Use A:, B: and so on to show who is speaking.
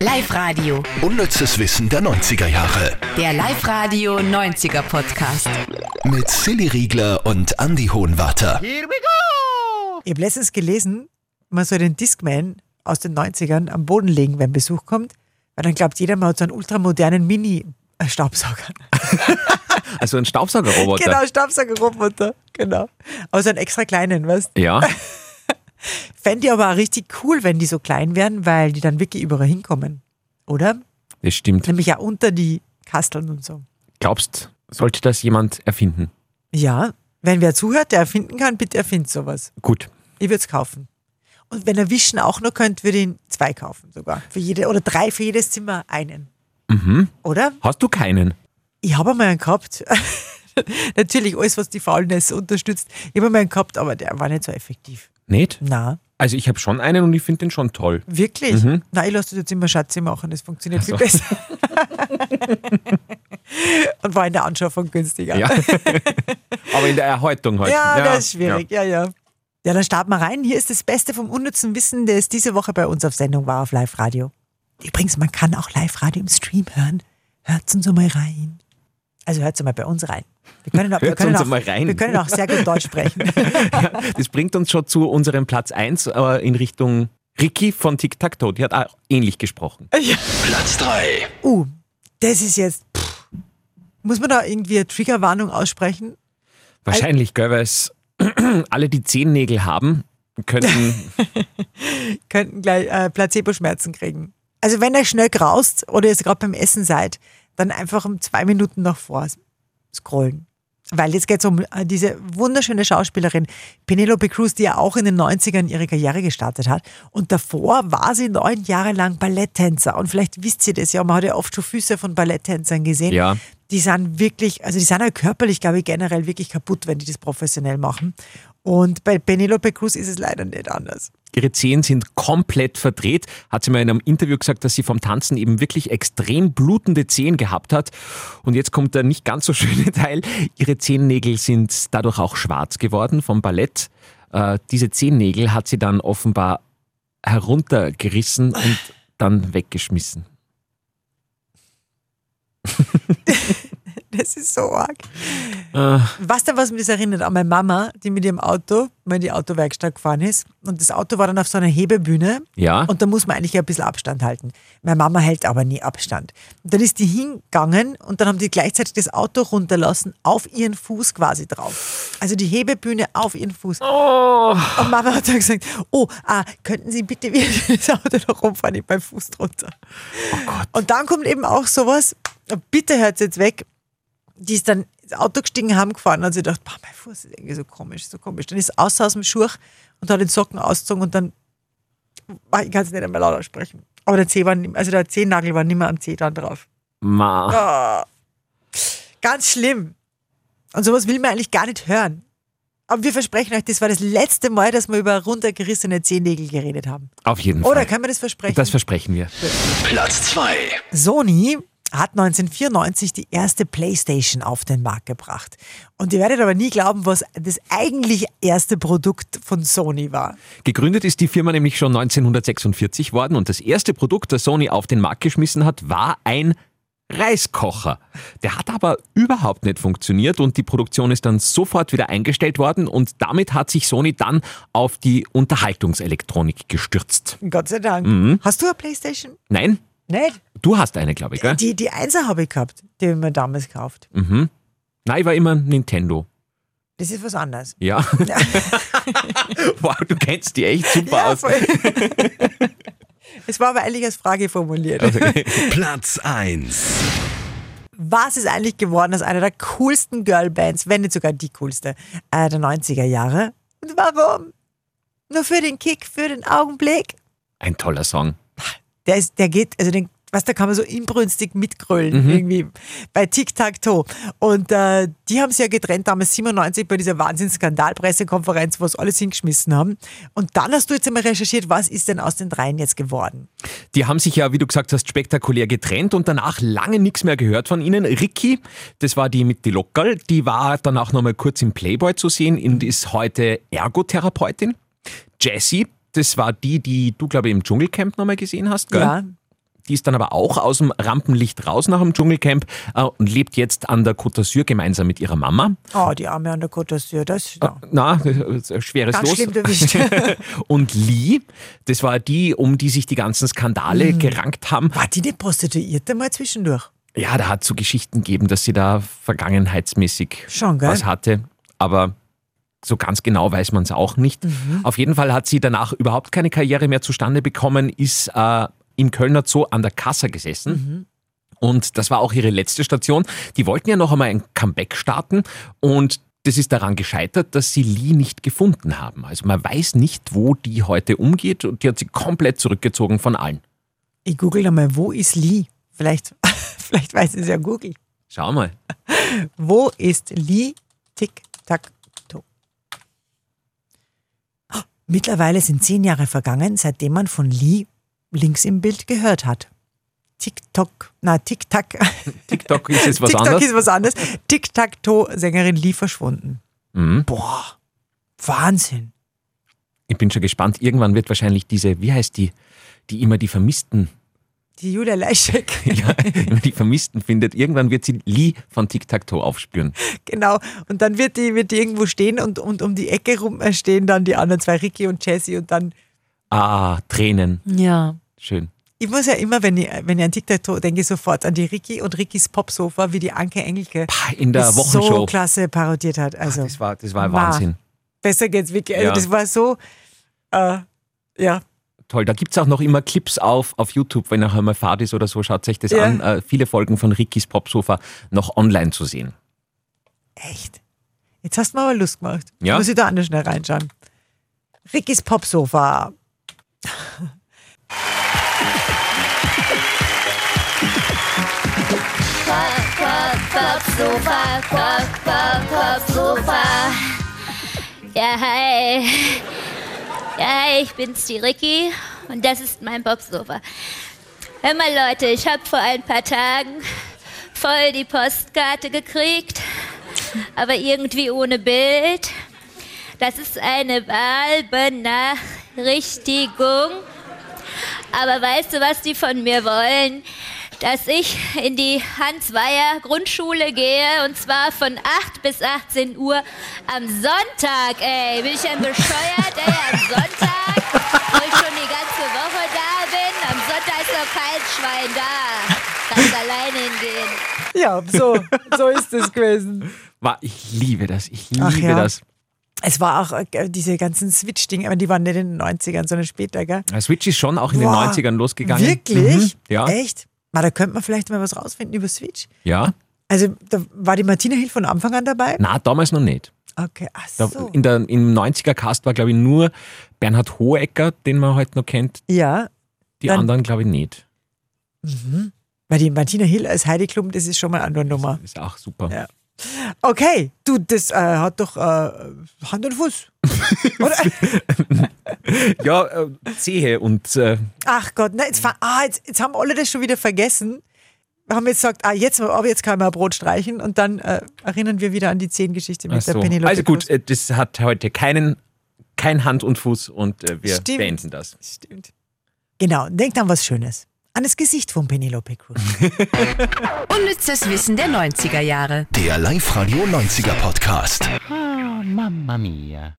A: Live-Radio.
B: Unnützes Wissen der 90er Jahre.
A: Der Live-Radio 90er Podcast.
B: Mit Silly Riegler und Andy Hohenwarter.
C: Ich habe letztens gelesen, man soll den Discman aus den 90ern am Boden legen, wenn Besuch kommt, weil dann glaubt jeder, man hat so einen ultramodernen Mini-Staubsauger.
D: Also ein Staubsaugerroboter.
C: Genau, Staubsaugerroboter. Genau. Also einen extra kleinen, weißt du?
D: Ja,
C: Fände ich aber auch richtig cool, wenn die so klein wären, weil die dann wirklich überall hinkommen. Oder?
D: das stimmt.
C: Nämlich ja unter die Kasteln und so.
D: Glaubst, sollte das jemand erfinden?
C: Ja, wenn wer zuhört, der erfinden kann, bitte erfindet sowas.
D: Gut.
C: Ich würde es kaufen. Und wenn er Wischen auch noch könnt, würde ich ihn zwei kaufen sogar. Für jede, oder drei für jedes Zimmer einen.
D: Mhm.
C: Oder?
D: Hast du keinen?
C: Ich habe einmal einen gehabt. Natürlich alles, was die Faulness unterstützt. Ich habe einmal einen gehabt, aber der war nicht so effektiv.
D: Nicht?
C: Na,
D: Also ich habe schon einen und ich finde den schon toll.
C: wirklich?
D: Mhm.
C: Nein, ich lasse das jetzt immer Schatzi machen, das funktioniert viel besser. Und war in der Anschaffung günstiger.
D: Ja. Aber in der Erhaltung halt.
C: Ja, das ist schwierig. Ja, ja. Ja, dann starten wir rein. Hier ist das Beste vom unnützen Wissen, das diese Woche bei uns auf Sendung war auf Live-Radio. Übrigens, man kann auch Live-Radio im Stream hören. Hört uns mal rein. Also hört mal bei uns rein. Wir können auch, wir
D: Hört's
C: können
D: uns
C: auch,
D: mal rein.
C: Wir können auch sehr gut Deutsch sprechen.
D: Ja. Das bringt uns schon zu unserem Platz 1 äh, in Richtung Ricky von Tic Tac Toe. Die hat auch ähnlich gesprochen.
B: Platz 3.
C: uh, das ist jetzt. Pff, muss man da irgendwie eine Triggerwarnung aussprechen?
D: Wahrscheinlich, gell, weil es alle, die Zehennägel haben, könnten.
C: Könnten gleich äh, Placebo-Schmerzen kriegen. Also wenn ihr schnell graust oder jetzt gerade beim Essen seid, dann einfach um zwei Minuten nach vor scrollen. Weil jetzt geht es um äh, diese wunderschöne Schauspielerin Penelope Cruz, die ja auch in den 90ern ihre Karriere gestartet hat. Und davor war sie neun Jahre lang Balletttänzer. Und vielleicht wisst ihr das ja, man hat ja oft schon Füße von Balletttänzern gesehen.
D: Ja.
C: Die sind wirklich, also die sind ja körperlich, glaube ich, generell wirklich kaputt, wenn die das professionell machen. Und bei Penelope Cruz ist es leider nicht anders.
D: Ihre Zehen sind komplett verdreht. Hat sie mal in einem Interview gesagt, dass sie vom Tanzen eben wirklich extrem blutende Zehen gehabt hat. Und jetzt kommt der nicht ganz so schöne Teil. Ihre Zehennägel sind dadurch auch schwarz geworden vom Ballett. Äh, diese Zehennägel hat sie dann offenbar heruntergerissen und dann weggeschmissen.
C: Das ist so arg.
D: Äh,
C: Was da was mir das erinnert an meine Mama, die mit ihrem Auto mal in die Autowerkstatt gefahren ist und das Auto war dann auf so einer Hebebühne
D: ja,
C: und da muss man eigentlich ein bisschen Abstand halten. Meine Mama hält aber nie Abstand. Und dann ist die hingegangen und dann haben die gleichzeitig das Auto runterlassen auf ihren Fuß quasi drauf. Also die Hebebühne auf ihren Fuß. Und Mama hat dann gesagt, oh, ah, könnten Sie bitte wieder das Auto noch rumfahren, ich mein Fuß drunter. Und dann kommt eben auch sowas, bitte hört jetzt weg, die ist dann ins Auto gestiegen, haben gefahren und sie dachte, boah, mein Fuß ist irgendwie so komisch, so komisch. Dann ist sie aus, aus dem Schuh und hat den Socken ausgezogen und dann, Ach, ich kann es nicht einmal lauter sprechen. Aber der Zeh war, nicht- also der Zehennagel war nicht mehr am Zeh dran drauf.
D: ma.
C: Ganz schlimm. Und sowas will man eigentlich gar nicht hören. Aber wir versprechen euch, das war das letzte Mal, dass wir über runtergerissene Zehennägel geredet haben.
D: Auf jeden Fall.
C: Oder können wir das versprechen?
D: das versprechen wir.
B: Platz 2.
C: Sony hat 1994 die erste Playstation auf den Markt gebracht. Und ihr werdet aber nie glauben, was das eigentlich erste Produkt von Sony war.
D: Gegründet ist die Firma nämlich schon 1946 worden und das erste Produkt, das Sony auf den Markt geschmissen hat, war ein Reiskocher. Der hat aber überhaupt nicht funktioniert und die Produktion ist dann sofort wieder eingestellt worden und damit hat sich Sony dann auf die Unterhaltungselektronik gestürzt.
C: Gott sei Dank. Hast du eine Playstation?
D: Nein,
C: Nicht?
D: du hast eine, glaube ich, gell?
C: Die, die Einser habe ich gehabt, die habe ich mir damals gekauft.
D: Mhm. Nein, ich war immer Nintendo.
C: Das ist was anderes.
D: Ja. wow, du kennst die echt super
C: Ja,
D: aus.
C: voll. es war aber eigentlich als Frage formuliert.
B: Platz 1.
C: Was ist eigentlich geworden aus einer der coolsten Girlbands, wenn nicht sogar die coolste, äh, der 90er Jahre? Und warum? Nur für den Kick, für den Augenblick.
D: Ein toller Song.
C: Der ist, der geht, also den, was, da kann man so inbrünstig mitgrölen, irgendwie bei Tic-Tac-Toe. Und äh, die haben es ja getrennt damals 97 bei dieser Wahnsinns-Skandal-Pressekonferenz, wo es alles hingeschmissen haben. Und dann hast du jetzt einmal recherchiert, was ist denn aus den dreien jetzt geworden?
D: Die haben sich ja, wie du gesagt hast, spektakulär getrennt und danach lange nichts mehr gehört von ihnen. Ricky, das war die mit die Lockerl, die war danach nochmal kurz im Playboy zu sehen und ist heute Ergotherapeutin. Jessie, das war die, die du, glaube ich, im Dschungelcamp nochmal gesehen hast, gell?
C: Ja.
D: Die ist dann aber auch aus dem Rampenlicht raus nach dem Dschungelcamp äh, und lebt jetzt an der Côte d'Azur gemeinsam mit ihrer Mama.
C: Oh, die Arme an der Côte d'Azur, das ja.
D: Na, äh, schweres
C: Ganz
D: Ah, Los.
C: schlimm erwischt.
D: und Lee, das war die, um die sich die ganzen Skandale
C: Mhm.
D: gerankt haben.
C: War die eine Prostituierte mal zwischendurch?
D: Ja, da hat es so Geschichten gegeben, dass sie da vergangenheitsmäßig
C: Schon, gell?
D: was hatte. Aber so ganz genau weiß man es auch nicht.
C: Mhm.
D: Auf jeden Fall hat sie danach überhaupt keine Karriere mehr zustande bekommen, ist äh, im Kölner Zoo an der Kasse gesessen.
C: Mhm.
D: Und das war auch ihre letzte Station. Die wollten ja noch einmal ein Comeback starten und das ist daran gescheitert, dass sie Lee nicht gefunden haben. Also man weiß nicht, wo die heute umgeht und die hat sie komplett zurückgezogen von allen.
C: Ich google einmal, wo ist Lee? Vielleicht, vielleicht weiß es ja Google.
D: Schau mal.
C: Wo ist Lee? Tick, tack, toe. Ah, Mittlerweile sind zehn Jahre vergangen, seitdem man von Lee links im Bild gehört hat. TikTok, na TikTok,
D: TikTok ist jetzt was
C: TikTok
D: anderes.
C: ist was anderes. Tic-Tac-Toe-Sängerin Lee verschwunden.
D: Mhm.
C: Boah, Wahnsinn.
D: Ich bin schon gespannt. Irgendwann wird wahrscheinlich diese, wie heißt die, die immer die Vermissten,
C: Die Julia Leischek,
D: ja, immer die Vermissten findet, irgendwann wird sie Lee von Tic Tac Toe aufspüren.
C: genau. Und dann wird die, wird die irgendwo stehen und, und um die Ecke rum stehen dann die anderen zwei, Ricky und Jessie und dann.
D: Ah, Tränen.
C: Ja.
D: Schön.
C: Ich muss ja immer, wenn ich, wenn ich an TikTok denke, ich sofort an die Ricky und Rickys Popsofa, wie die Anke Engelke
D: Pah, In der
C: das
D: Wochenshow.
C: so klasse parodiert hat. Also
D: das war, das war
C: Ma.
D: Wahnsinn.
C: besser geht's wirklich. Also
D: Ja.
C: das war so, äh, ja,
D: Toll. Da gibt es auch noch immer Clips auf, auf YouTube, wenn nachher mal Fahrt ist oder so, schaut euch das
C: Ja.
D: an. Äh, viele Folgen von Rikis Popsofa noch online zu sehen.
C: echt. Jetzt hast du mir aber Lust gemacht.
D: Ja.
C: Muss ich da anders schnell reinschauen. Rickys Popsofa.
E: Sofa, Kopf, Kopf, Kopf, Sofa. Ja, hi. Ja, hi, ich bin's, die Ricky. Und das ist mein Popsofa. Hör mal, Leute, ich habe vor ein paar Tagen voll die Postkarte gekriegt, aber irgendwie ohne Bild. Das ist eine Wahlbenachrichtigung. Aber weißt du, was die von mir wollen? Dass ich in die Hans-Weyer Grundschule gehe und zwar von 8 bis 18 Uhr am Sonntag, ey. Bin ich ein bescheuert, ey, am Sonntag? Wo ich schon die ganze Woche da bin. Am Sonntag ist doch kein Schwein da. Kannst alleine hingehen.
C: Ja, so, so ist es gewesen.
D: Ma, ich liebe das. Ich liebe
C: Ach ja.
D: das.
C: Es war auch äh, diese ganzen Switch-Dinge, aber die waren nicht in den 90ern, sondern später, gell?
D: Äh, Switch ist schon auch in
C: Boah,
D: den 90ern losgegangen.
C: Wirklich?
D: Mhm. Ja.
C: Echt? Na, da könnte man vielleicht mal was rausfinden über Switch.
D: Ja.
C: Also, da war die Martina Hill von Anfang an dabei?
D: Na, damals noch nicht.
C: Okay, ach
D: Da,
C: so.
D: in der, Im 90er-Cast war, glaube ich, nur Bernhard Hohecker, den man heute noch kennt.
C: Ja,
D: Die
C: Dann-
D: anderen, glaube ich, nicht.
C: weil die Martina Hill als Heidi Klum, das ist schon mal eine andere Nummer.
D: Ist auch super.
C: Ja. Okay, du, das äh, hat doch äh, Hand und Fuß. Oder?
D: Ja, äh, sehe und äh,
C: Ach Gott, nein, jetzt, ver- ah, jetzt, jetzt haben alle das schon wieder vergessen. Wir haben jetzt gesagt, ah, jetzt, aber jetzt kann man Brot streichen und dann äh, erinnern wir wieder an die Zehn-Geschichte mit
D: ach so.
C: der Penelope.
D: also gut,
C: Cruz.
D: äh, das hat heute keinen kein Hand und Fuß und äh, wir
C: Stimmt.
D: beenden das.
C: Stimmt. Genau, denkt an was Schönes. An das Gesicht von Penelope Cruz.
A: Unnützes Wissen der 90er Jahre.
B: Der Live-Radio 90er Podcast.
F: Ah, mamma mia.